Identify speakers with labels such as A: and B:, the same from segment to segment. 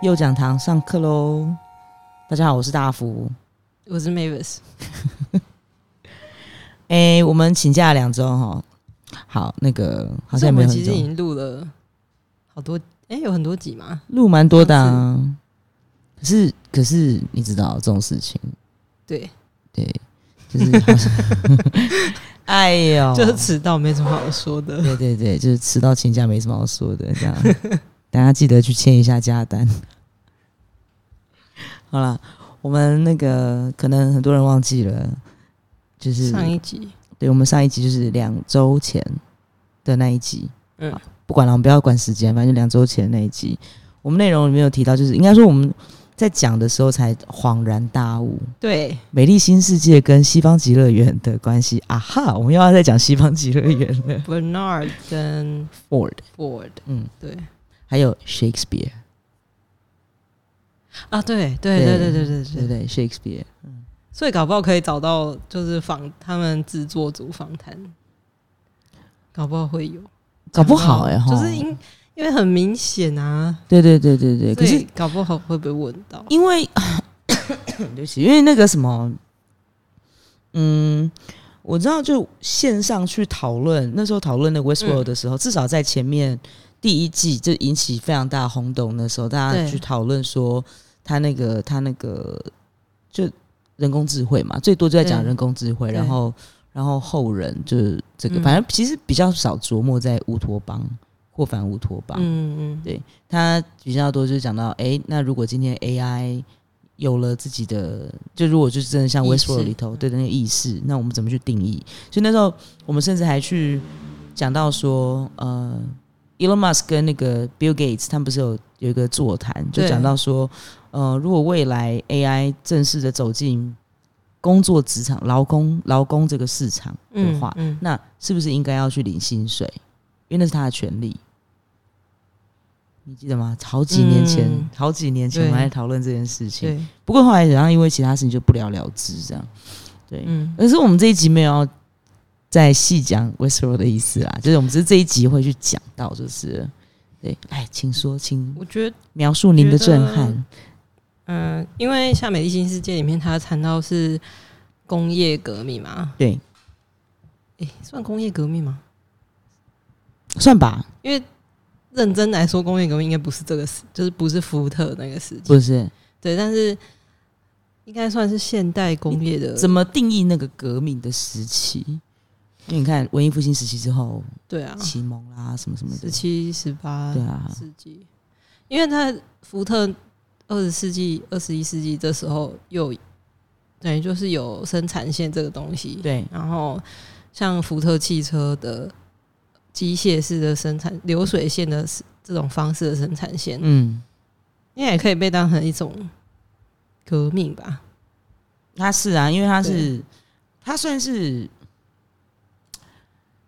A: 右讲堂上课喽！大家好，我是大福。
B: 我是 Mavis，
A: 哎、我们请假两周哈。好，那个好
B: 所以
A: 像
B: 我
A: 啊没
B: 们
A: 有
B: 其
A: 很
B: 实
A: 久
B: 已，经录了好多，哎、有很多集嘛。
A: 录蛮多的、啊。可是，可是你知道这种事情，
B: 对，
A: 对，就是好 像，哎呦，
B: 就是迟到没什么好说的。
A: 对对对，就是迟到请假没什么好说的，这样。大家记得去签一下假单。好啦，我们那个可能很多人忘记了，就是
B: 上一集，
A: 对我们上一集就是两周前的那一集，
B: 嗯
A: 好，不管了，我们不要管时间，反正就两周前的那一集，我们内容里面有提到，就是应该说我们在讲的时候才恍然大悟，
B: 对，
A: 美丽新世界跟西方极乐园的关系啊哈，我们又要再讲西方极乐园了
B: Bernard 跟
A: ，Ford，
B: Ford，
A: 嗯，
B: 对
A: 还有 Shakespeare，
B: 啊，对对
A: 对
B: 对对对对
A: 对
B: 对
A: 不对？Shakespeare，
B: 所以搞不好可以找到就是访他们制作组访谈，搞不好会有，
A: 搞不好哎、哈，
B: 就是因因为很明显啊，
A: 对对对对对，可
B: 所以
A: 是
B: 搞不好会被问到。
A: 因为 对不起，因为那个什么，嗯，我知道，就线上去讨论，那时候讨论
B: 嗯
A: 那 Westworld 的时候，至少在前面第一季就引起非常大的轰动的时候，大家
B: 对
A: 去讨论说他那个他那个就人工智慧嘛，最多就在讲
B: 对
A: 人工智慧，
B: 嗯对
A: 然后然后后人就是这个，
B: 嗯
A: 反正其实比较少琢磨在乌托邦或反乌托邦，
B: 嗯嗯，
A: 对他比较多就是讲到，哎、那如果今天 AI 有了自己的，就如果就是真的像
B: 意识
A: Westworld 里头对的那个意识，那我们怎么去定义？所以那时候我们甚至还去讲到说，呃，Elon Musk 跟那个 Bill Gates 他们不是有有一个座谈，就
B: 对
A: 讲到说，呃，如果未来 AI 正式的走进工作职场、劳工劳工这个市场的
B: 嗯
A: 话，
B: 嗯，
A: 那是不是应该要去领薪水？因为那是他的权利。你记得吗？好几年前，
B: 嗯
A: 好几年前我们
B: 对
A: 还讨论这件事情。
B: 对，
A: 不过后来，然后因为其他事情就不了了之，这样。对，
B: 嗯
A: 可是我们这一集没有要再细讲 Westworld 的意思啦，就是我们只是这一集会去讲到，就是了对，哎，请说，请
B: 我觉得。
A: 描述您的震
B: 觉
A: 撼。
B: 嗯，因为像《美丽新世界》里面，它谈到是工业革命嘛，
A: 对，
B: 诶、算工业革命吗？
A: 算吧，
B: 认真来说，工业革命应该不是这个时，就是不是福特那个时期，
A: 不是？
B: 对，但是应该算是现代工业的，
A: 怎么定义那个革命的时期？因为你看文艺复兴时期之后，
B: 对啊，
A: 启蒙啦，什么什么的
B: 十，七、十八
A: 对啊，
B: 世纪，因为它福特二十世纪、二十一世纪这时候又等于就是有生产线这个东西，
A: 对
B: 然后像福特汽车的机械式的生产、流水线的这种方式的生产线，
A: 嗯，
B: 应该也可以被当成一种革命吧？
A: 他是啊，因为他是他算是，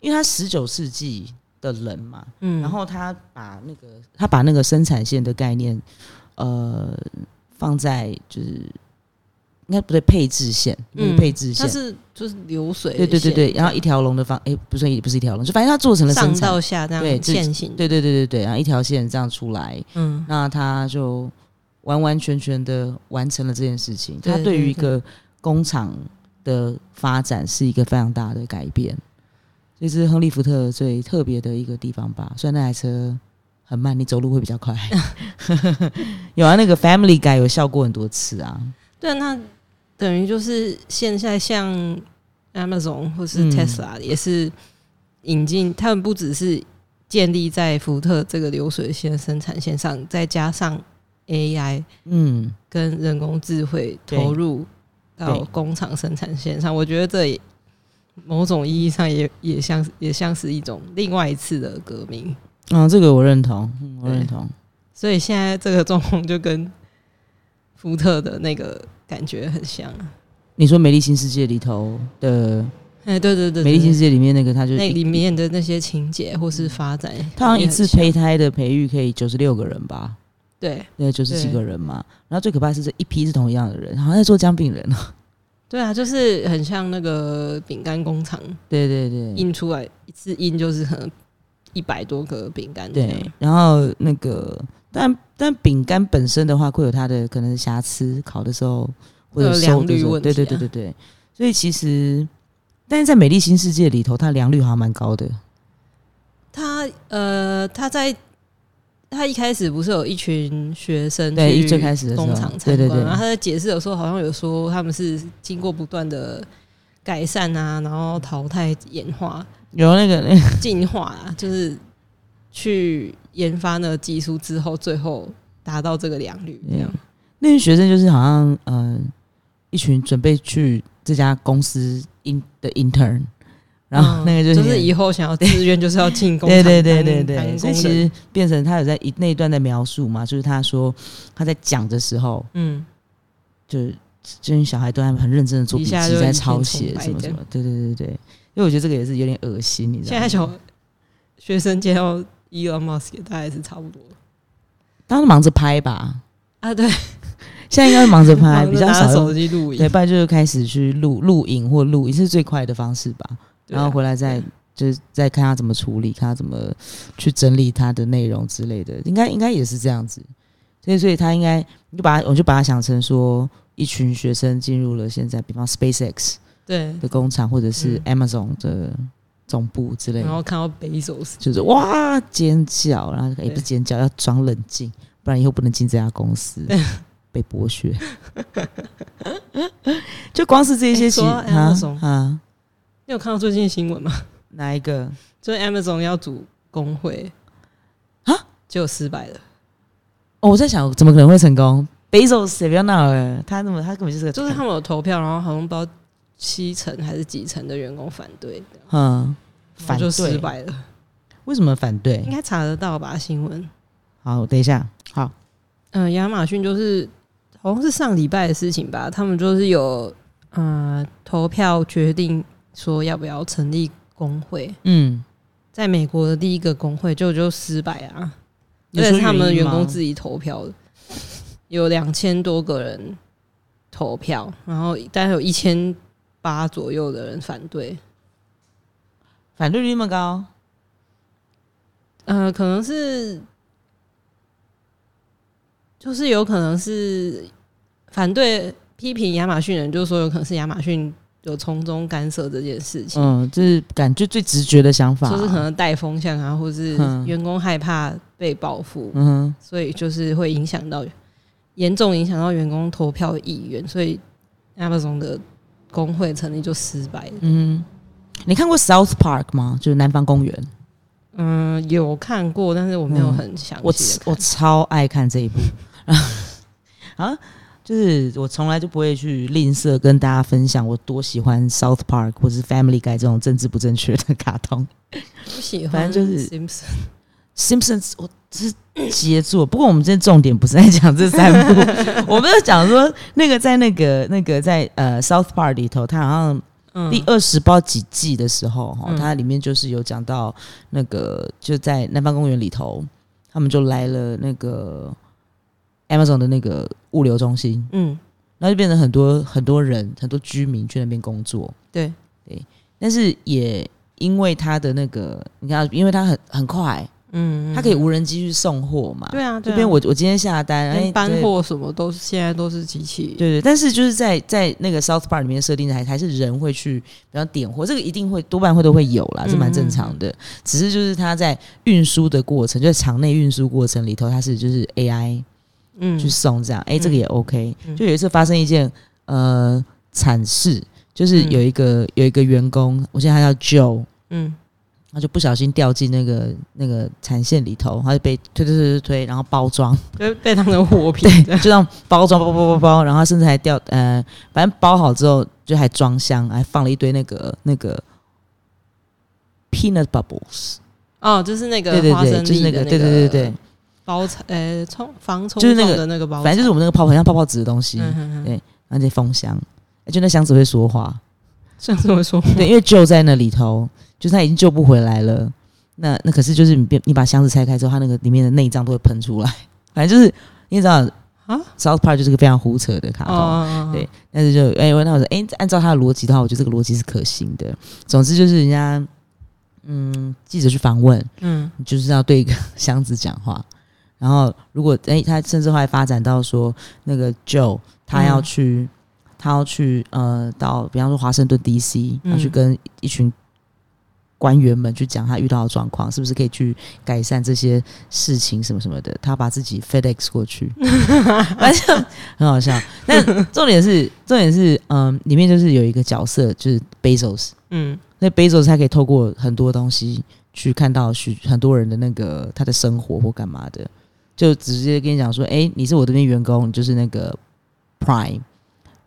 A: 因为他十九世纪的人嘛，
B: 嗯，
A: 然后他把那个他把那个生产线的概念，呃，放在就是应该不对，配置线，那个
B: 嗯
A: 配置
B: 它
A: 线，
B: 是就是流水
A: 对对对
B: 线
A: 对，然后一条龙的方，哎、不是不是一条龙，就反正他做成了生
B: 上
A: 产
B: 到，下这
A: 对
B: 样
A: 这
B: 线性，
A: 对对对对对，然后一条线这样出来，
B: 嗯，
A: 那他就完完全全的完成了这件事情。
B: 对
A: 他对于一个工厂的发展是一个非常大的改变，这是亨利·福特最特别的一个地方吧。虽然那台车很慢，你走路会比较快。 有啊，那个 Family Guy 有笑过很多次啊。
B: 对，那等于就是现在像 Amazon 或是
A: 嗯
B: Tesla 也是引进，他们不只是建立在福特这个流水线生产线上，再加上 AI
A: 嗯，
B: 跟人工智慧
A: 对
B: 投入到
A: 对
B: 工厂生产线上，我觉得这也某种意义上也也像也像是一种另外一次的革命。
A: 啊，这个我认同，嗯我
B: 对
A: 认同。
B: 所以现在这个状况就跟福特的那个感觉很像。
A: 你说《美丽新世界》里头的
B: 哎，对对
A: 《
B: 对，
A: 美
B: 对
A: 丽新世界》里面那个，他就
B: 那里面的那些情节或是发展，
A: 他好像一次胚
B: 也很像
A: 胎的培育可以九十六个人吧？
B: 对
A: 对，就是几
B: 对
A: 个人嘛。然后最可怕的是这一批是同一样的人，好像在做姜饼人哦。
B: 对啊，就是很像那个饼干工厂
A: 对对对
B: 印出来一次印就是可能一百多个饼干这样，
A: 对。然后那个但但饼干本身的话，会有它的可能瑕疵，烤的时候或者
B: 会有
A: 收
B: 良
A: 的
B: 率
A: 时候，
B: 问
A: 对对
B: 题
A: 对
B: 啊
A: 对对。所以其实，但是在美丽新世界里头，它良率好像蛮高的。
B: 他呃，他在他一开始不是有一群学生
A: 对
B: 去
A: 一最开始的时候
B: 工厂参
A: 对对
B: 观
A: 对
B: 然后他在解释的时候，好像有说他们是经过不断的改善啊，然后淘汰、演化、
A: 有那个那 个
B: 进化啊，就是去研发那个技术之后，最后达到这个良率嗯这样。
A: 那群学生，就是好像嗯、呃一群准备去这家公司 in 的 intern，然后
B: 嗯
A: 那个就是、
B: 就是以后想要自愿，就是要进工
A: 对
B: 厂
A: 对对
B: 当
A: 对
B: 当
A: 对，所以
B: 工
A: 其
B: 人
A: 实变成他有在一那一段在描述嘛，就是他说他在讲的时候，
B: 嗯，
A: 就这群小孩都还很认真的做笔
B: 一
A: 记，
B: 下就
A: 在
B: 一片
A: 抄
B: 崇
A: 写
B: 拜
A: 什么
B: 这
A: 什
B: 样
A: 么，对对对对对。因为我觉得这个也是有点恶心，你知道
B: 现
A: 吗？
B: 在小学生见到 Elon Musk 大概是差不多
A: 当时忙着拍吧，
B: 啊，对，
A: 现在应该 是忙着拍，
B: 忙着
A: 比较
B: 拿
A: 少用
B: 手。机录
A: 对，
B: 影，
A: 不然就是开始去录录影或录影是最快的方式吧。
B: 对
A: 然后
B: 啊
A: 回来再就是再看他怎么处理，看他怎么去整理他的内容之类的，应该应该也是这样子。所以，所以他应该你就把它我就把它想成说，一群学生进入了现在，比方 SpaceX
B: 对，
A: 的工厂或者是
B: 嗯
A: Amazon 的总部之类
B: 然
A: 的，
B: 后看到 Bezos，
A: 就是哇尖叫，然后也、不是
B: 对
A: 尖叫，要装冷静，不然以后不能进这家公司，被剥 削。就光是这些
B: 哎
A: 其
B: 说到
A: 啊
B: Amazon
A: 啊
B: 你有看到最近的新闻吗？
A: 哪一个？
B: 就是 Amazon 要组工会
A: 啊，
B: 结果失败了，
A: 哦，我在想，怎么可能会成功？Bezos 也不要闹了，他那么他根本就是个
B: 就是他们有投票，然后好像不知道七成还是几成的员工反对，
A: 嗯
B: 然
A: 反
B: 后就失
A: 对，
B: 败了，
A: 为什么反对
B: 应？该查得到吧？新闻，
A: 好，等一下，好，
B: 嗯，亚马逊就是好像是上礼拜的事情吧，他们就是有呃投票决定说要不要成立工会，
A: 嗯，
B: 在美国的第一个工会就就失败啊，
A: 有
B: 而
A: 嗯
B: 且
A: 说
B: 是他们的员工
A: 原因吗
B: 自己投票的，有两千多个人投票，然后大概有一千八左右的人反对，
A: 反对率那么高，
B: 呃，可能是，就是有可能是反对批评亚马逊人，就说有可能是亚马逊有从中干涉这件事情，
A: 嗯，这是感觉最直觉的想法，
B: 就是可能带风向啊，或是
A: 嗯
B: 员工害怕被报复，
A: 嗯哼，
B: 所以就是会影响到严重影响到员工投票意愿，所以 Amazon 的工会成立就失败了。
A: 嗯哼，你看过 South Park 吗？就是南方公园，
B: 嗯，有看过，但是我没有
A: 嗯
B: 很详
A: 我
B: 细的
A: 我超爱看这一部， 啊，就是我从来就不会去吝啬跟大家分享我多喜欢 South Park 或是 Family Guy 这种政治不正确的卡通。
B: 不喜
A: 反
B: 欢
A: 正就是
B: Simpson。
A: Simpsons，我是杰作。不过我们今天重点不是在讲这三部， 我们在讲说那个在那个那个在呃 South Park 里头，它好像
B: 嗯
A: 第二十包几季的时候，哈、
B: 嗯
A: 它里面就是有讲到那个就在南方公园里头，他们就来了那个 Amazon 的那个物流中心，
B: 嗯，
A: 然后就变成很多很多人很多居民去那边工作，
B: 对
A: 对，但是也因为它的那个，你看，因为它很很快。
B: 嗯，
A: 它可以无人机去送货嘛？
B: 对啊，对
A: 这
B: 啊
A: 边我我今天下单，哎
B: 连，搬
A: 对
B: 货什么都是现在都是机器，
A: 对对，但是就是在在那个 South Park 里面设定的还还是人会去，比方点货，这个一定会多半会都会有啦，这蛮正
B: 嗯
A: 常的。只是就是它在运输的过程，就是场内运输过程里头，它是就是 AI
B: 嗯
A: 去送这样，哎、这个也 OK、
B: 嗯
A: 就有一次发生一件呃惨事，就是
B: 嗯
A: 有一个、有一个员工，我现在他叫 Joe，
B: 嗯
A: 他就不小心掉进那个那个产线里头，他就被推推推推推，然后包装。
B: 就被当成货品这
A: 对，
B: 样，
A: 就这样包装包包包包，然后甚至还掉呃，反正包好之后就还装箱，还放了一堆那个那个 peanut bubbles，
B: 哦，就是那个
A: 对对
B: 花
A: 对，
B: 生
A: 就是
B: 粒
A: 那
B: 的
A: 个，对对对对，
B: 包材呃冲防冲
A: 就是那个
B: 撞的那个包材，
A: 反正就是我们那个泡泡像泡泡纸的东西，
B: 嗯哼哼，
A: 对然后再封箱，就那箱子会说话，
B: 这样这么说，
A: 对，因为救在那里头，就是他已经救不回来了。那那可是就是你变你把箱子拆开之后，它那个里面的内脏都会喷出来，反正就是你也知道
B: 啊
A: ，South Park 就是个非常胡扯的卡
B: 哦
A: 通。
B: 哦，哦
A: 对，但是就哎、我那我说哎、按照他的逻辑的话，我觉得这个逻辑是可行的。总之就是人家嗯，记者去访问，
B: 嗯
A: 你就是要对一个箱子讲话，然后如果诶，他甚至后来发展到说，那个 Joe 他要
B: 嗯
A: 去，他要去呃，到比方说华盛顿 DC，
B: 嗯
A: 要去跟一群官员们去讲他遇到的状况，是不是可以去改善这些事情什么什么的。他把自己 FedEx 过去， 反正很好笑。但重点是，重点是，嗯、里面就是有一个角色就是 Bezos，
B: 嗯
A: 那 Bezos 他可以透过很多东西去看到许很多人的那个他的生活或干嘛的，就直接跟你讲说，哎、你是我这边员工，你就是那个 Prime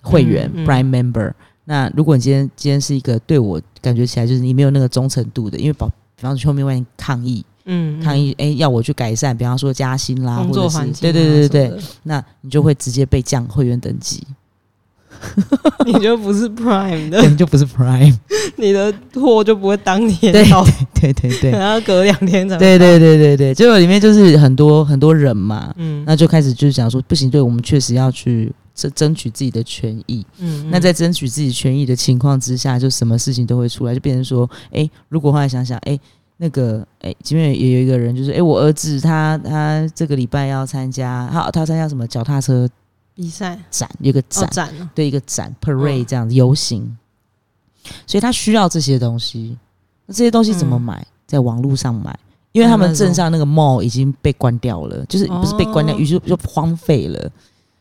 A: 会员、
B: 嗯嗯
A: Prime Member。那如果你今天今天是一个对我感觉起来就是你没有那个忠诚度的，因为保比方说去后面万一抗议，
B: 嗯，
A: 抗议哎、诶要我去改善，比方说加薪啦，
B: 工
A: 或
B: 作
A: 者是
B: 环境
A: 对
B: 啊，
A: 对对对对，
B: 什
A: 那你就会直接被降会员等 级，
B: 么的， 你就不是 Prime
A: 可
B: 的，
A: 能就不是 Prime。
B: 你的货就不会当天
A: 对
B: 到，
A: 对对对
B: 可能要隔两天才会
A: 对对对对对，结果里面就是很多很多人嘛，
B: 嗯
A: 那就开始就是讲说，不行，对我们确实要去争争取自己的权益。
B: 嗯，
A: 那
B: 嗯
A: 在争取自己权益的情况之下，就什么事情都会出来，就变成说，哎、如果后来想想，哎、那个，哎、前面也有一个人，就是，哎、我儿子他他这个礼拜要参加，他他参加什么脚踏车
B: 比赛
A: 展，有一个展，
B: 哦展哦，
A: 对，一个展 parade
B: 嗯
A: 这样子、游行，所以他需要这些东西。那这些东西怎么
B: 嗯
A: 买？在网络上买，因为他们镇上那个 mall 已经被关掉了，就是
B: 哦
A: 不是被关掉，于是就荒废了，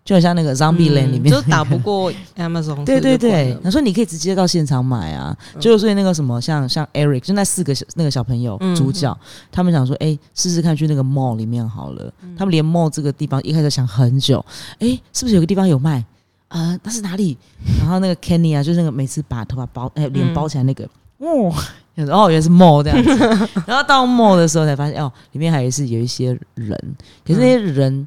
A: 就很像那个 Zombie Land
B: 嗯
A: 里面、
B: 就打不。过 Amazon，
A: 对对对
B: 所以就关，了
A: 他说你可以直接到现场买啊，
B: 嗯
A: 就是所以那个什么，像像 Eric，就那四个小那个小朋友、
B: 嗯嗯
A: 主角，他们想说，哎、试试看去那个 mall 里面好了。他们连 mall 这个地方一开始想很久，哎、是不是有个地方有卖？啊，那是哪里？然后那个 Kenny 啊，就是那个每次把头发包哎、脸
B: 嗯
A: 包起来那个，哦， 然后哦原来是 mall 这样子。 然后到 mall 的时候才发现，哦，里面还是有一些人，可是那些人，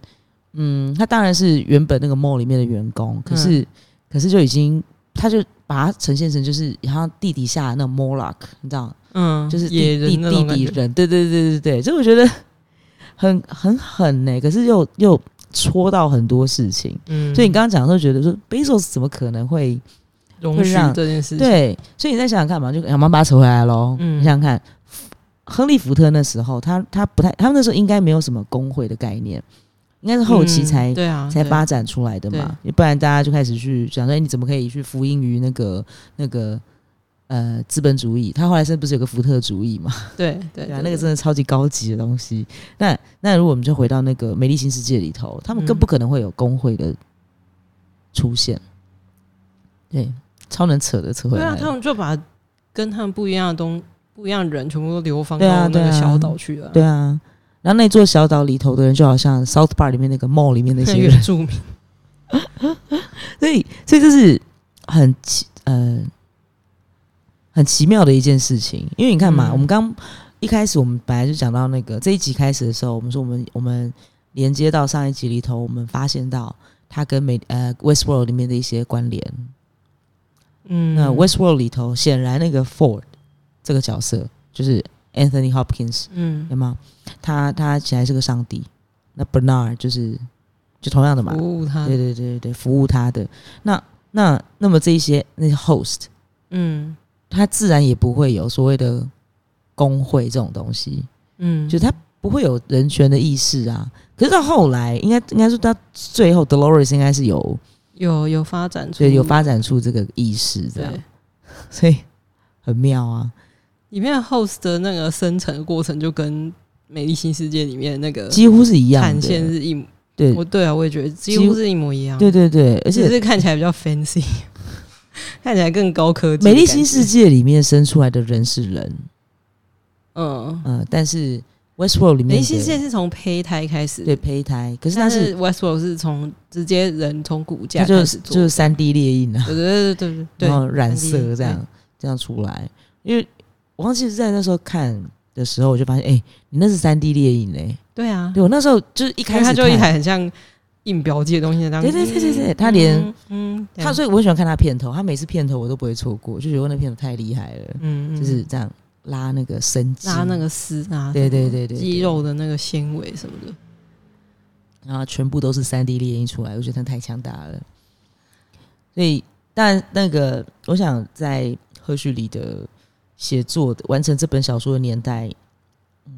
A: 嗯他当然是原本那个 mall 里面的员工，可是、
B: 嗯
A: 可是就已经他就。把它呈现成就是好像地底下那种 Moloch，你知道，
B: 嗯，
A: 就是
B: 野
A: 地地
B: 人那
A: 地
B: 种感
A: 底
B: 觉，
A: 人，对对对对对，所以我觉得很很狠呢、欸可是又又戳到很多事情。
B: 嗯，
A: 所以你刚刚讲的时候，觉得说 Bezos 怎么可能会
B: 容
A: 会
B: 许
A: 让
B: 这件事情，
A: 对？所以你再想想看嘛，就哎想办法扯回来喽。
B: 嗯
A: 你想想看，亨利福特那时候，他他不太，他们那时候应该没有什么工会的概念，应该是后期
B: 嗯
A: 才、
B: 对啊，
A: 才
B: 对
A: 发展出来的嘛，不然大家就开始去想说，哎、你怎么可以去服膺于那个那个呃资本主义？他后来是不是有个福特主义嘛？
B: 对对
A: 对啊，那个真的超级高级的东西。那那如果我们就回到那个美丽新世界里头，他们更
B: 嗯
A: 不可能会有工会的出现。对，超能扯的扯回
B: 对
A: 来
B: 啊，
A: 了。
B: 他们就把跟他们不一样的东不一样的人全部都流放
A: 对啊
B: 到那
A: 对
B: 个
A: 啊
B: 小岛去了，
A: 对啊，然后那座小岛里头的人，就好像 South Park 里面那个 mall 里面那 些人，
B: 原住民，
A: 所以，所以这是很奇呃很奇妙的一件事情，因为你看嘛，
B: 嗯
A: 我们刚一开始我们本来就讲到那个这一集开始的时候，我们说我们我们连接到上一集里头，我们发现到它跟美呃 Westworld 里面的一些关联。
B: 嗯，
A: 那 Westworld 里头显然那个 Ford 这个角色就是 Anthony Hopkins
B: 嗯
A: 有吗？他他显然是个上帝。那 Bernard 就是就同样的嘛，
B: 服务他，
A: 对对对对，服务他的。那那那么这一些那些 host，
B: 嗯
A: 他自然也不会有所谓的工会这种东西，
B: 嗯，
A: 就他不会有人权的意识啊。可是到后来，应该应该说到最后，Dolores 应该是有，
B: 有有发展出，
A: 所以有发展出这个意识，这样
B: 对，
A: 所以很妙啊。
B: 里面的 host 的那个生成的过程就跟《美丽新世界》里面那个
A: 几乎是一样
B: 探线
A: 的，
B: 是一模，
A: 对
B: 我对啊，我也觉得几
A: 几
B: 乎
A: 乎
B: 是一模一样，
A: 对对对，而
B: 只
A: 且。
B: 是看起来比较 fancy，看起来更高科技。
A: 美丽新世，界里面生出来的人是人，
B: 嗯，
A: 呃，但是 Westworld 里
B: 美
A: 面
B: 丽新世界
A: 的
B: 是从胚胎开始，
A: 对胚胎，可是它
B: 但
A: 是
B: 是 Westworld 是从直接人从骨架
A: 它就
B: 开
A: 是
B: 始
A: 就嗯
B: 做
A: 是，三 D 列印啊，
B: 对对对对 对
A: 然
B: 对，
A: 后染
B: 3D
A: 色这样这样出来。因为我忘记是在那时候看的时候，我就发现，哎、你那是三 D 猎影嘞、
B: 对啊，
A: 对我那时候就是一
B: 因
A: 开
B: 为
A: 始
B: 它就一
A: 看，
B: 台很像印标记的东西，这样
A: 对对对对对，他连、
B: 嗯，
A: 他，所以我很喜欢看他片头，他每次片头我都不会错过，就觉得那片头太厉害了，
B: 嗯，嗯
A: 就是这样拉那个生机，
B: 拉那个丝啊，
A: 对对对对对
B: 肌肉的那个纤维什么的，
A: 然后全部都是三 D 猎鹰出来，我觉得他太强大了。所以，但那个我想在赫胥黎的写作完成这本小说的年代，嗯，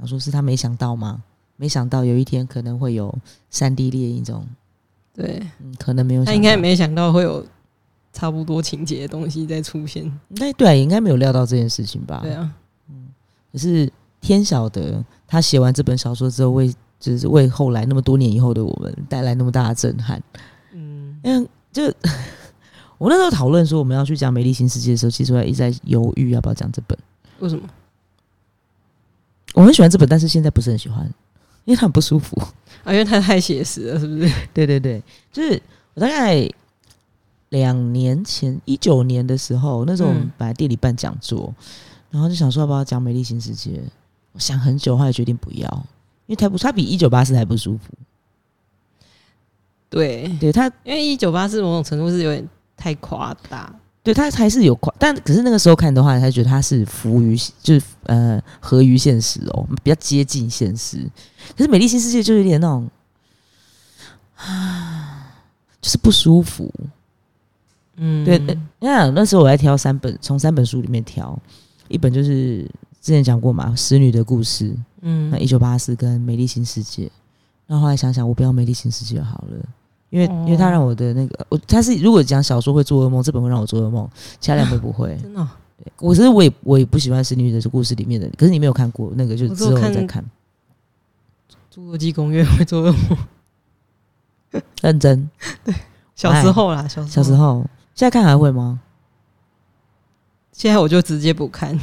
A: 我想说是他没想到吗？没想到有一天可能会有三 D 猎鹰这种，
B: 对
A: 嗯，可能没有想
B: 他
A: 到，
B: 应该没想到会有差不多情节的东西再出现。
A: 应该对、啊应该没有料到这件事情吧？
B: 对啊，
A: 可是天晓得，他写完这本小说之后，为就是为后来那么多年以后的我们带来那么大的震撼。
B: 嗯，
A: 因为就我那时候讨论说我们要去讲《美丽新世界》的时候，其实我还一直在犹豫要不要讲这本。
B: 为什么？
A: 我很喜欢这本，但是现在不是很喜欢，因为它很不舒服。
B: 啊，因为他太写实了，是 不是？
A: 对对对，就是我大概两年前一九年的时候，那时候我们
B: 嗯
A: 本来地理办讲座，然后就想说要不要讲《美丽新世界》，我想很久，后来决定不要，因为太不，它比一九八四还不舒服。
B: 对，
A: 对它
B: 因为一九八四某种程度是有点太夸大。
A: 对他还是有夸，但可是那个时候看的话，才觉得他是浮于就是呃合于现实哦，比较接近现实。可是《美丽新世界》就有点那种，啊，就是不舒服。
B: 嗯，
A: 对那那时候我在挑三本，从三本书里面挑一本，就是之前讲过嘛，《使女的故事》那
B: 嗯，
A: 一九八四跟《美丽新世界》。然后后来想想，我不要《美丽新世界》好了。因为，因为他
B: 哦
A: 让我的那个，我他是如果讲小说会做噩梦，这本会让我做噩梦，其他两本不会。
B: 真的哦、
A: 我其实我也我也不喜欢《使女的故事》里面的，可是你没有看过那个，就
B: 我
A: 之
B: 只有
A: 后
B: 看
A: 再看。
B: 侏罗纪公园》会做噩梦。
A: 认真，
B: 小时候啦，小时候
A: 哎小时，候现在看还会吗？
B: 现在我就直接不看，
A: 啊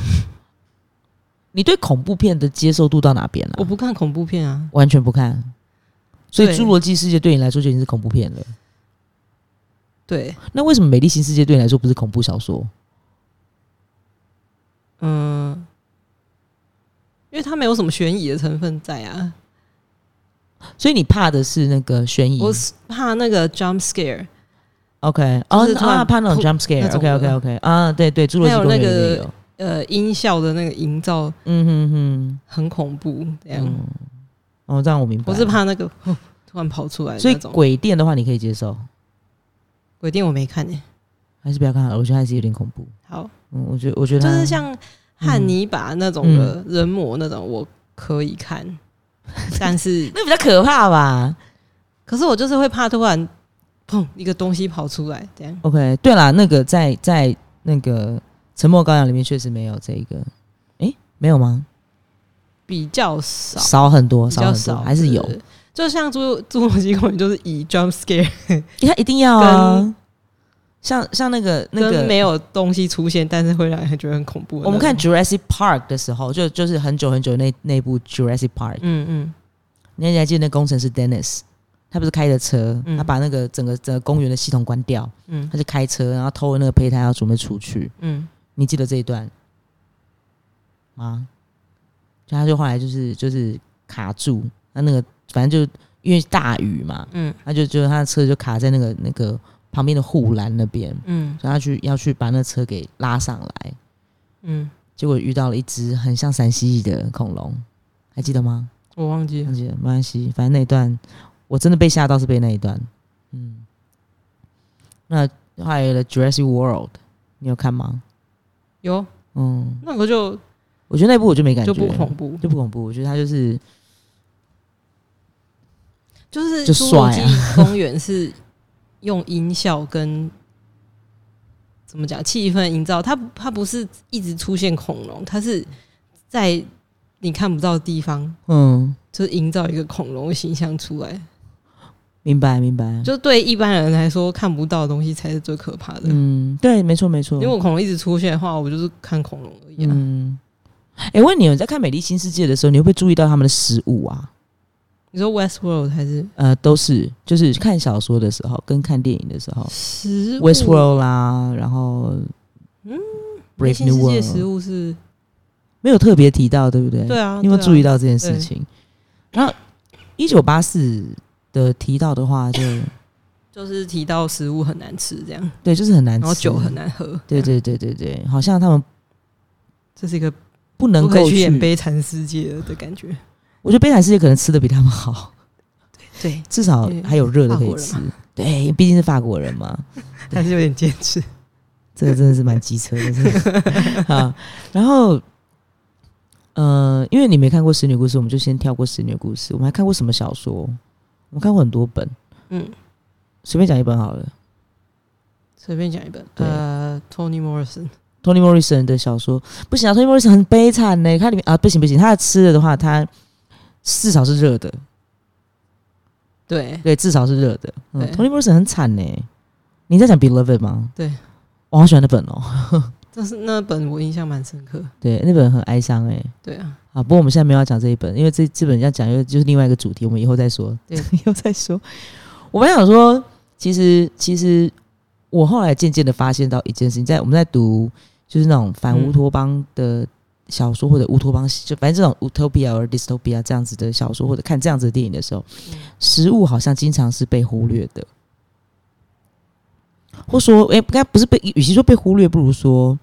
A: 你对恐怖片的接受度到哪边了、啊
B: 我不看恐怖片啊。
A: 完全不看，所以《
B: 对
A: 侏罗纪世界》对你来说就已经是恐怖片了。
B: 对，
A: 那为什么《美丽新世界》对你来说不是恐怖小说？
B: 嗯，因为它没有什么悬疑的成分在啊，
A: 所以你怕的是那个悬疑
B: 我是怕那个 jump scare，
A: ？OK，
B: 就
A: 哦
B: 是突然
A: 啊，怕那种
B: 扑
A: jump
B: 那
A: scare。
B: 种
A: OK
B: 的
A: OK OK 啊，对对，《侏罗纪
B: 还有
A: 公园》
B: 那
A: 里
B: 个
A: 面有。
B: 呃，音效的那个营造
A: 嗯哼哼，
B: 很恐怖，这样。
A: 嗯，哦，这样我明白。
B: 我是，怕那个哦突然跑出来的
A: 所以
B: 那种。
A: 鬼店的话你可以接受，
B: 鬼店我没看诶、
A: 还是不要看好了？我觉得还是有点恐怖。
B: 好，
A: 嗯，我觉得我觉得
B: 就
A: 它
B: 是像汉尼拔那种
A: 嗯
B: 的人魔那种，我可以看，但是
A: 那比较可怕吧。
B: 可是我就是会怕突然砰一个东西跑出来，这样
A: OK，对啦，那个在在那个《沉默羔羊》里面确实没有这一个，诶，没有吗？
B: 比较少，
A: 少很多，
B: 比较
A: 很
B: 少
A: 多，还是有。
B: 对就像侏侏罗纪公园就是以 jump scare
A: 因为它一定要啊，像像那个那
B: 跟
A: 个，
B: 没有东西出现，但是会让人觉得很恐怖的那种。
A: 我们看 Jurassic Park 的时候，就就是很久很久那那部 Jurassic Park，、
B: 嗯嗯，
A: 你还记得那工程师 Dennis，他不是开着车，
B: 嗯
A: 他把那个整个整个公园的系统关掉，
B: 嗯
A: 他就开车，然后偷了那个胚胎要准备出去，
B: 嗯，
A: 你记得这一段吗？就他就后来就是就是卡住，那那个反正就因为大雨嘛，
B: 嗯，
A: 他就就他的车就卡在那个那个旁边的护栏那边，
B: 嗯
A: 所以他去要去把那车给拉上来，
B: 嗯，
A: 结果遇到了一只很像陕西蜴的恐龙，还记得吗？
B: 我忘记了
A: 忘。记了，没关系，反正那一段我真的被吓到是被那一段，嗯。那还有了 Jurassic World，你有看吗？
B: 有
A: 嗯，
B: 那个就
A: 我觉得那部我就没感觉，
B: 就不恐怖，
A: 就不恐怖，我觉得它就是
B: 就是
A: 就
B: 侏罗
A: 帅
B: 纪
A: 啊
B: 公园是用音效跟怎么讲气氛营造，它不它不是一直出现恐龙，它是在你看不到的地方，
A: 嗯，
B: 就是营造一个恐龙的形象出来。
A: 明白明白，
B: 就对一般人来说，看不到的东西才是最可怕的。
A: 嗯，对，没错没错
B: 因为，我恐龙一直出现的话，我就是看恐龙而已、啊。
A: 嗯。哎、我问你，你在看《美丽新世界》的时候，你会不会注意到他们的食物啊？
B: 你说 West World 还是
A: 呃，都是就是看小说的时候跟看电影的时候
B: 食物
A: ，West World 啦，然后
B: 嗯内
A: Brave
B: 心世
A: New
B: 界食
A: World
B: 物是
A: 没有特别提到，对不对？
B: 对啊，
A: 你有没有
B: 对啊
A: 注意到这件事情？然后一九八四的提到的话就，
B: 就是提到食物很难吃这样，
A: 对，就是很难吃，
B: 然后酒很难喝，
A: 对
B: 这样，
A: 对对对对，好像他们
B: 这是一个
A: 不能
B: 不可
A: 够
B: 以去演悲惨世界的感觉。
A: 我觉得悲惨世界可能吃的比他们好，
B: 对，
A: 至少还有热的可以吃
B: 法国。
A: 对，毕竟是法国人嘛，
B: 还是有点坚持。
A: 这个真的是蛮机车的。真的啊，然后呃，因为你没看过《使女故事》，我们就先跳过《使女故事》。我们还看过什么小说？我们看过很多本，
B: 嗯，
A: 随便讲一本好了。
B: 随便讲一本，
A: 对
B: 呃，Tony Morrison，
A: Tony Morrison 的小说不行啊，Tony Morrison 很悲惨呢、它里面啊，不行不行，它的吃的的话，它至少是热的，
B: 对，
A: 对，至少是热的。嗯
B: 对
A: ，Tony Morrison 很惨呢、你在讲 Beloved 吗？
B: 对，
A: 我好喜欢那本哦。
B: 但是那本我印象蛮深刻，
A: 对，那本很哀伤哎、
B: 对啊，
A: 啊，不过我们现在没有要讲这一本，因为这这本要讲又就是另外一个主题，我们以后再说。
B: 对
A: 以后再说。我本来想说，其实其实我后来渐渐的发现到一件事情，在我们在读就是那种反乌托邦的小说或者乌托邦，就反正这种 utopia 或者 dystopia 这样子的小说，或者看这样子的电影的时候，食物好像经常是被忽略的，或说，诶、应该不是被，与其说被忽略，不如说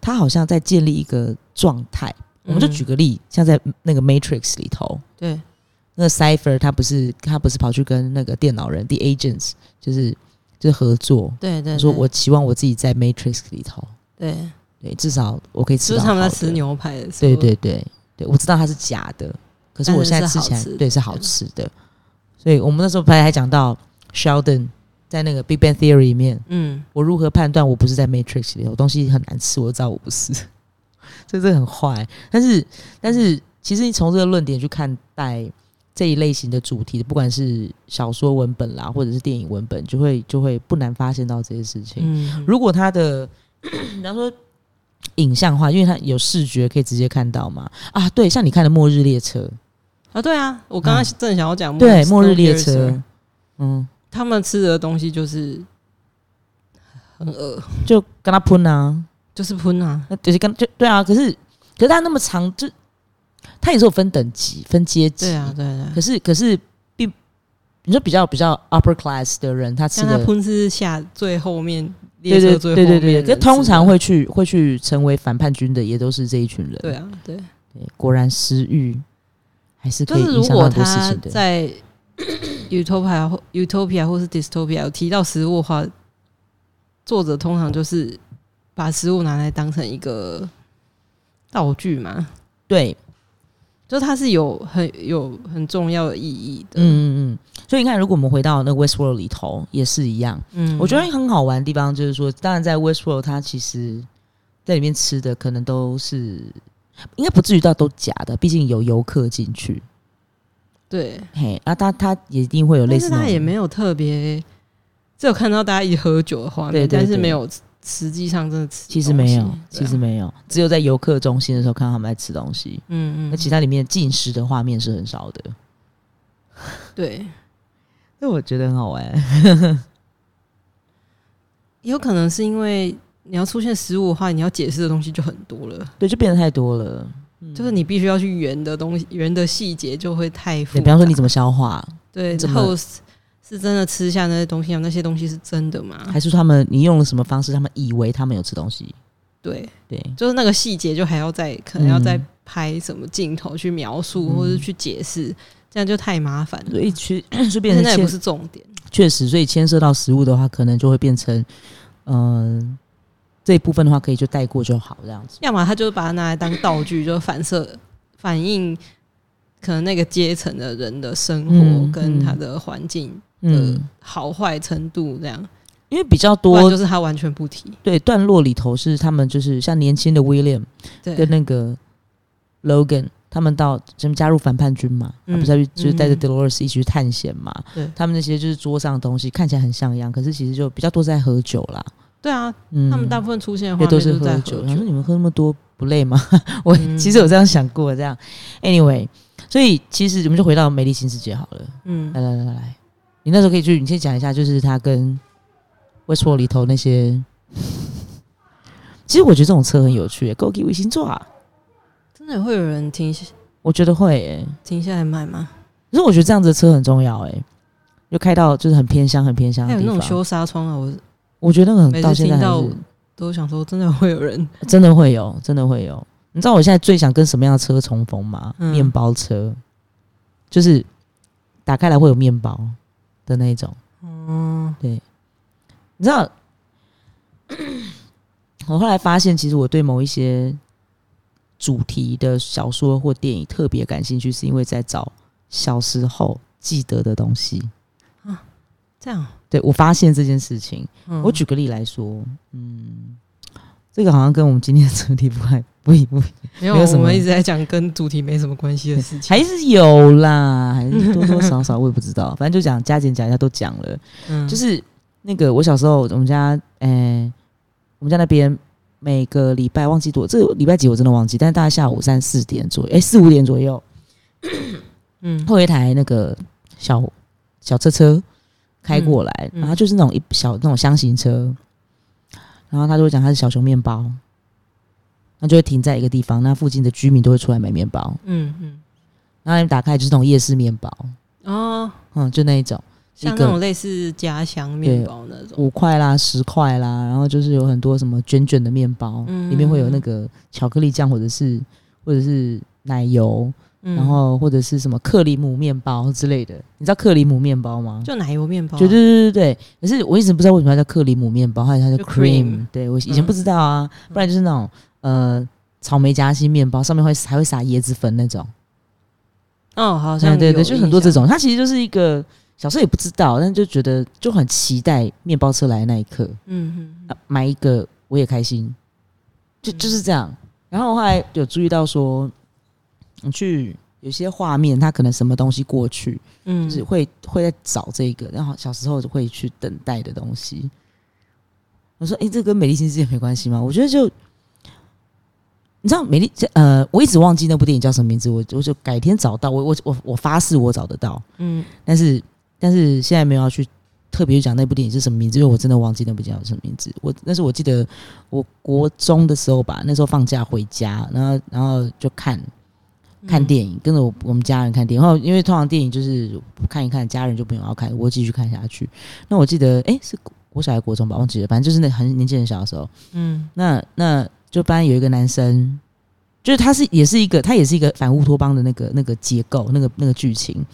A: 它好像在建立一个状态。 我们就
B: 嗯
A: 举个例，像在那个 Matrix 里头，
B: 对，
A: 那个 Cipher 他不是他不是跑去跟那个电脑人 The Agents 就是就是合作，
B: 对对
A: 他说我期望我自己在 Matrix 里头，
B: 对，
A: 对，至少我可以吃
B: 就
A: 到
B: 是他们在
A: 好的
B: 吃牛排的时
A: 对
B: 候，
A: 对对对，我知道它是假的，可是
B: 但
A: 我
B: 是
A: 现在
B: 是
A: 吃
B: 好
A: 起来
B: 吃嗯
A: 对是好吃的。所以我们那时候还还讲到 Sheldon 在那个 Big Bang Theory 里面，
B: 嗯，
A: 我如何判断我不是在 Matrix 里头东西很难吃，我就知道我不是， 所以这个很坏。但是但是其实你从这个论点去看待这一类型的主题，不管是小说文本啦，或者是电影文本，就会就会不难发现到这些事情。
B: 嗯，
A: 如果它的， 比方说影像化，因为它有视觉可以直接看到嘛。啊，对，像你看的《末日列车》，
B: 啊，对啊，我刚刚正想要讲，
A: 嗯对，《末日列
B: Snowpiercer
A: 车》，嗯，
B: 他们吃的东西就是很恶，
A: 就跟他喷啊，
B: 就是喷啊，
A: 那就是跟就对啊。可是，可是他那么长，就他也是有分等级、分阶级。
B: 对啊，对啊
A: 可
B: 对啊，
A: 是，可是并你说比较比较 upper class 的人，他吃
B: 像他
A: 的
B: 喷是下最后面列
A: 对
B: 车
A: 对
B: 最
A: 对
B: 后面
A: 对
B: 的人
A: 对，
B: 吃
A: 可
B: 的，
A: 通常会去会去成为反叛军的，也都是这一群人。
B: 对啊，对，
A: 对，果然食欲还是
B: 就
A: 可以
B: 是
A: 影
B: 如
A: 响到
B: 果
A: 很多事
B: 他
A: 情的。
B: 在 utopia 或 utopia 或是 dystopia 有提到食物的话，作者通常就是把食物拿来当成一个道具嘛，
A: 对，
B: 就它是有很有很重要的意义的。
A: 嗯嗯嗯。所以你看，如果我们回到那个 Westworld 里头，也是一样。
B: 嗯
A: 我觉得很好玩的地方就是说，当然在 Westworld 它其实在里面吃的可能都是，应该不至于到都假的，毕竟有游客进去。
B: 对，
A: 嘿，那他他也一定会有类
B: 但
A: 似
B: 是
A: 那
B: 他也
A: 种
B: 没有特别，只有看到大家一起喝酒的画面，
A: 对对
B: 但是
A: 对
B: 没有实际上真的吃东西。
A: 其实没有
B: 对啊，
A: 其实没有，只有在游客中心的时候看到他们在吃东西，
B: 嗯
A: 那、
B: 嗯，
A: 其他里面进食的画面是很少的。
B: 对，
A: 那我觉得很好玩。
B: 有可能是因为你要出现食物的话，你要解释的东西就很多了。
A: 对，就变得太多了。嗯
B: 就是你必须要去圆的东西，圆的细节就会太复
A: 对，
B: 杂。
A: 比方说你怎么消化，
B: 对
A: 怎么
B: host 是真的吃下那些东西吗？那些东西是真的吗？
A: 还是他们你用了什么方式，他们以为他们有吃东西？
B: 对，
A: 对，
B: 就是那个细节就还要再可能要再
A: 嗯
B: 拍什么镜头去描述，或者去解释，这样就太麻烦了。
A: 所以去 就变成
B: 现在也
A: 牵
B: 不是重点，
A: 确实，所以牵涉到食物的话，可能就会变成嗯、呃这一部分的话可以就带过就好这样子。
B: 要么他就把它拿来当道具，就反射反映可能那个阶层的人的生活
A: 嗯
B: 跟
A: 嗯
B: 他的环境的
A: 嗯，
B: 好坏程度这样，
A: 因为比较
B: 不然就
A: 多
B: 是他完全不提。
A: 对段落里头是他们就是像年轻的 William
B: 对，
A: 跟那个 Logan。他们到什么加入反叛军嘛？
B: 嗯
A: 他不是要去就是带着
B: 嗯
A: Dolores 一起去探险嘛？
B: 对
A: 他们那些就是桌上的东西看起来很像样，可是其实就比较多是在喝酒啦。
B: 对啊，
A: 嗯，
B: 他们大部分出现的画
A: 也
B: 面
A: 都
B: 就是
A: 喝
B: 在
A: 酒。他说
B: 酒，
A: 你们喝那么多不累吗？ 我
B: 嗯
A: 其实有这样想过，这样。Anyway，所以其实我们就回到美丽新世界好了。
B: 嗯
A: 来，来来来，你那时候可以去，你先讲一下，就是他跟 Westworld 里头那些。其实我觉得这种车很有趣、欸，勾起卫星座啊，
B: 真的会有人停下
A: 我觉得会、欸。
B: 停下来买吗？
A: 可是我觉得这样子的车很重要、欸，就开到就是很偏乡、很偏乡
B: 还
A: 的
B: 有
A: 地
B: 那种
A: 方。
B: 修纱窗啊，我
A: 我觉得那个很
B: 每次
A: 到现在
B: 听
A: 还
B: 到
A: 是
B: 都想说，真的会有人
A: 真的会有，真的会有。你知道我现在最想跟什么样的车重逢吗？
B: 嗯
A: 面、包车，就是打开来会有面包的那一种。
B: 嗯
A: 你知道， 我后来发现，其实我对某一些主题的小说或电影特别感兴趣，是因为在找小时候记得的东西。
B: 这样，
A: 对我发现这件事情，
B: 嗯
A: 我举个例来说，嗯，这个好像跟我们今天的主题不太不一不一，
B: 没有，
A: 没有什么
B: 我们一直在讲跟主题没什么关系的事情。
A: 还是有啦，还是多多少 少我也不知道，反正就讲加减加一下都讲了，
B: 嗯，
A: 就是那个我小时候我们家，呃、我们家那边。每个礼拜忘记多，这个礼拜几我真的忘记，但是大概下午三四点左右，哎、四五点左右，
B: 嗯
A: 会有一台那个小小车车开过来，
B: 嗯嗯
A: 然后就是那种一小那种箱型车，然后他就会讲他是小熊面包，那就会停在一个地方，那附近的居民都会出来买面包，
B: 嗯
A: 然后你打开就是那种夜市面包，
B: 嗯，哦，
A: 嗯，就那一种
B: 像
A: 一
B: 那
A: 个
B: 种类似家乡面包那种，
A: 五块啦、十块啦，然后就是有很多什么卷卷的面包，
B: 嗯
A: 里面会有那个巧克力酱或者是或者是奶油，
B: 嗯
A: 然后或者是什么克里姆面包之类的，你知道克里姆面包吗？
B: 就奶油面包啊，
A: 对对对对对，可是我一直不知道为什么它叫克里姆面包，还有它叫
B: 就
A: cream，
B: cream 嗯
A: 对我以前不知道啊， 不然就是那种呃草莓夹心面包，上面会还会撒椰子粉那种，
B: 哦，好
A: 对
B: 像
A: 嗯对
B: 有
A: 对，就很多
B: 印
A: 这
B: 象，
A: 种，它其实就是一个小时候也不知道，但就觉得就很期待面包车来的那一刻，
B: 嗯嗯
A: 啊买一个我也开心，就就是这样。然后我后来有注意到说，你去有些画面，它可能什么东西过去，
B: 嗯，
A: 就是会会在找这个，然后小时候就会去等待的东西。我说，诶，这跟美丽新世界没关系吗？我觉得就，你知道美丽这呃，我一直忘记那部电影叫什么名字，我我就改天找到，我我我我发誓我找得到，
B: 嗯
A: 但是但是现在没有要去特别去讲那部电影是什么名字，因为我真的忘记那部电影叫什么名字。我但是我记得我国中的时候吧，那时候放假回家，然后然后就看，
B: 嗯
A: 看电影，跟着我我们家人看电影。然后因为通常电影就是看一看，家人就没有要看，我会继续看下去。那我记得，诶，是我小孩国中吧，忘记了，反正就是那很年纪很小的时候。
B: 嗯
A: 那那就班有一个男生，就是他是也是一个他也是一个反乌托邦的那个那个结构那个那个剧情。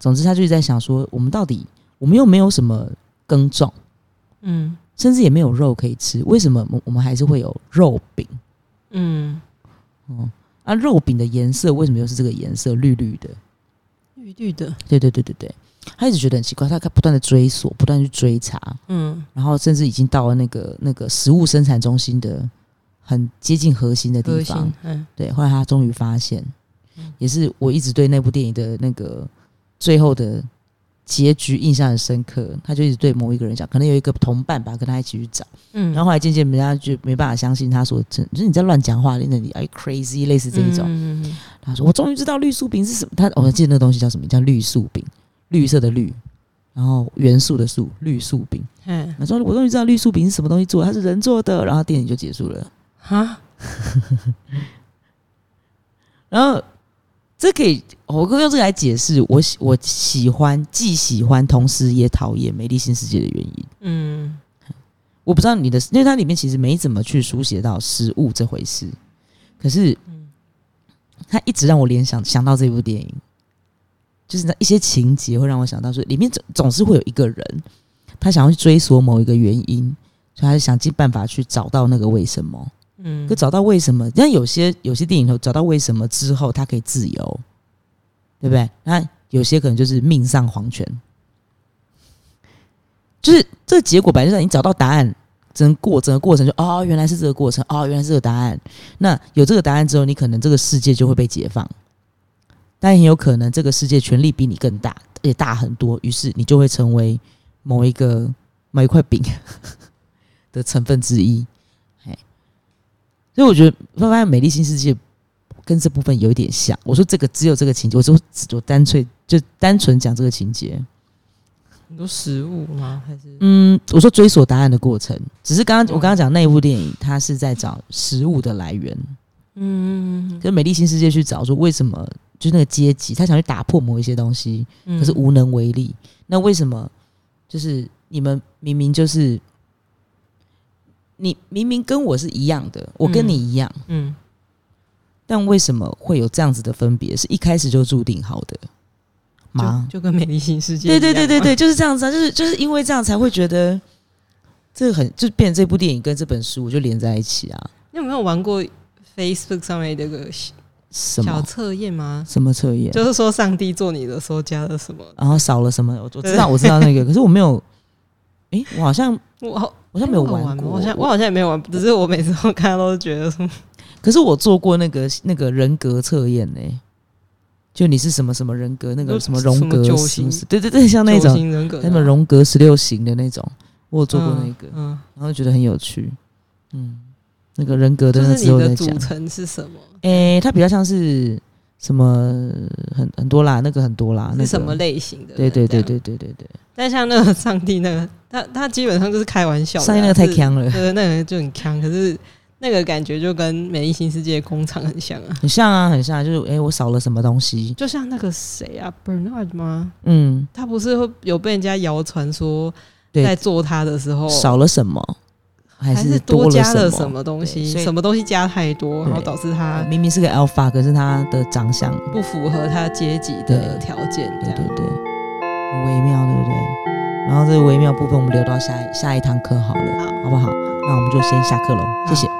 A: 总之，他就是在想说，我们到底我们又没有什么耕种，
B: 嗯
A: 甚至也没有肉可以吃，为什么我我们还是会有肉饼？
B: 嗯，
A: 嗯，啊，肉饼的颜色为什么又是这个颜色，绿绿的？
B: 绿绿的，
A: 对对对对对，他一直觉得很奇怪，他他不断的追索，不断地去追查，
B: 嗯
A: 然后甚至已经到了那个那个食物生产中心的很接近核心的
B: 核
A: 地
B: 心
A: 方。，
B: 嗯
A: 对，后来他终于发现，也是我一直对那部电影的那个最后的结局印象很深刻。他就一直对某一个人讲，可能有一个同伴吧，跟他一起去找。
B: 嗯，
A: 然后后来渐渐人家就没办法相信他说真，就是你在乱讲话，那你 are you crazy 类似这一种。
B: 嗯，嗯嗯
A: 他说：“我终于知道绿素饼是什么。他”哦我记得那个东西叫什么，叫绿素饼，绿色的绿，然后元素的素，绿素饼。
B: 嗯
A: 他说：“我终于知道绿素饼是什么东西做的，它是人做的。”然后电影就结束了。
B: 哎啊，
A: 然后这可以，我可以用这个来解释我喜我喜欢，既喜欢，同时也讨厌《美丽新世界》的原因。
B: 嗯
A: 我不知道你的，因为它里面其实没怎么去书写到食物这回事，可是
B: 嗯
A: 它一直让我联想想到这部电影，就是那一些情节会让我想到说，里面总总是会有一个人，他想要去追索某一个原因，所以他就想尽办法去找到那个为什么。
B: 嗯，
A: 可找到为什么？但有些有些电影头找到为什么之后，他可以自由，对不对？那有些可能就是命丧黄泉，就是这个结果本来就在你找到答案，整个过整个过程就哦，原来是这个过程，哦，原来是这个答案。那有这个答案之后，你可能这个世界就会被解放，但也有可能这个世界权力比你更大，而且大很多，于是你就会成为某一个某一块饼的成分之一。所以我觉得发现《美丽新世界》跟这部分有一点像。我说这个只有这个情节，我说我单纯就单纯讲这个情节。
B: 很多食物吗？还是
A: 嗯，我说追索答案的过程，只是刚刚我刚刚讲那一部电影，它是在找食物的来源，
B: 嗯嗯
A: 跟《美丽新世界》去找说为什么就是那个阶级，他想去打破某一些东西，
B: 嗯，
A: 可是无能为力。那为什么就是你们明明就是你明明跟我是一样的，我跟
B: 嗯
A: 你一样。
B: 嗯
A: 但为什么会有这样子的分别？是一开始就注定好的吗
B: 就？就跟美丽新世界一
A: 对
B: 样嘛，
A: 对对对对，就是这样子啊，就是就是因为这样才会觉得这很就变成这部电影跟这本书就连在一起啊。
B: 你有没有玩过 Facebook 上面的一个
A: 什
B: 小
A: 么
B: 测验吗？
A: 什么测验，
B: 就是说上帝做你的时候加了什么？
A: 然后少了什么，我我知道我知道 那个，可是我没有，诶，我好像
B: 我好
A: 我好像没有
B: 我
A: 玩
B: 玩吗
A: 过，
B: 我好像我好像也没有玩，只是我每次我看到都觉得说，
A: 可是我做过那个那个人格测验呢、就你是什么什么人格，那个
B: 就
A: 什么
B: 什么
A: 荣格
B: 九
A: 什么
B: 型
A: 十，对对对，像那
B: 九
A: 种
B: 型人格的啊
A: 那种荣格十六型的那种，我有做过那个，
B: 嗯，
A: 然后觉得很有趣，嗯，那个人格的
B: 嗯就
A: 那之
B: 是你
A: 后再
B: 的
A: 讲
B: 组。成是什么？
A: 诶、它比较像是什么很很多啦，那个很多啦，啊那
B: 是
A: 个
B: 什么？类型的？
A: 对对对
B: 这样。
A: 对对对对，
B: 但像那个上帝那个，他他基本上就是开玩笑的啊，
A: 上一那个太
B: 是
A: 强了，
B: 对，那个就很强，可是那个感觉就跟《美丽新世界》工厂很像啊，
A: 很像啊，很像啊、就是诶、我少了什么东西，
B: 就像那个谁啊，Bernard 吗？
A: 嗯，
B: 他不是会有被人家谣传说
A: 对
B: 在做他的时候
A: 少了什么，还
B: 哦还
A: 是
B: 多
A: 了
B: 加了
A: 什
B: 什？么东西
A: 对，所以
B: 什么东西加太多，
A: 对
B: 然后导致他
A: 明明是个 alpha，可是他的长相，
B: 不符合他阶级的条件，这
A: 对对
B: 样
A: 对，很微妙，对不对？然后这个微妙部分，我们留到下一下一堂课好了，
B: 好
A: 好不好？那我们就先下课喽，谢谢。
B: 好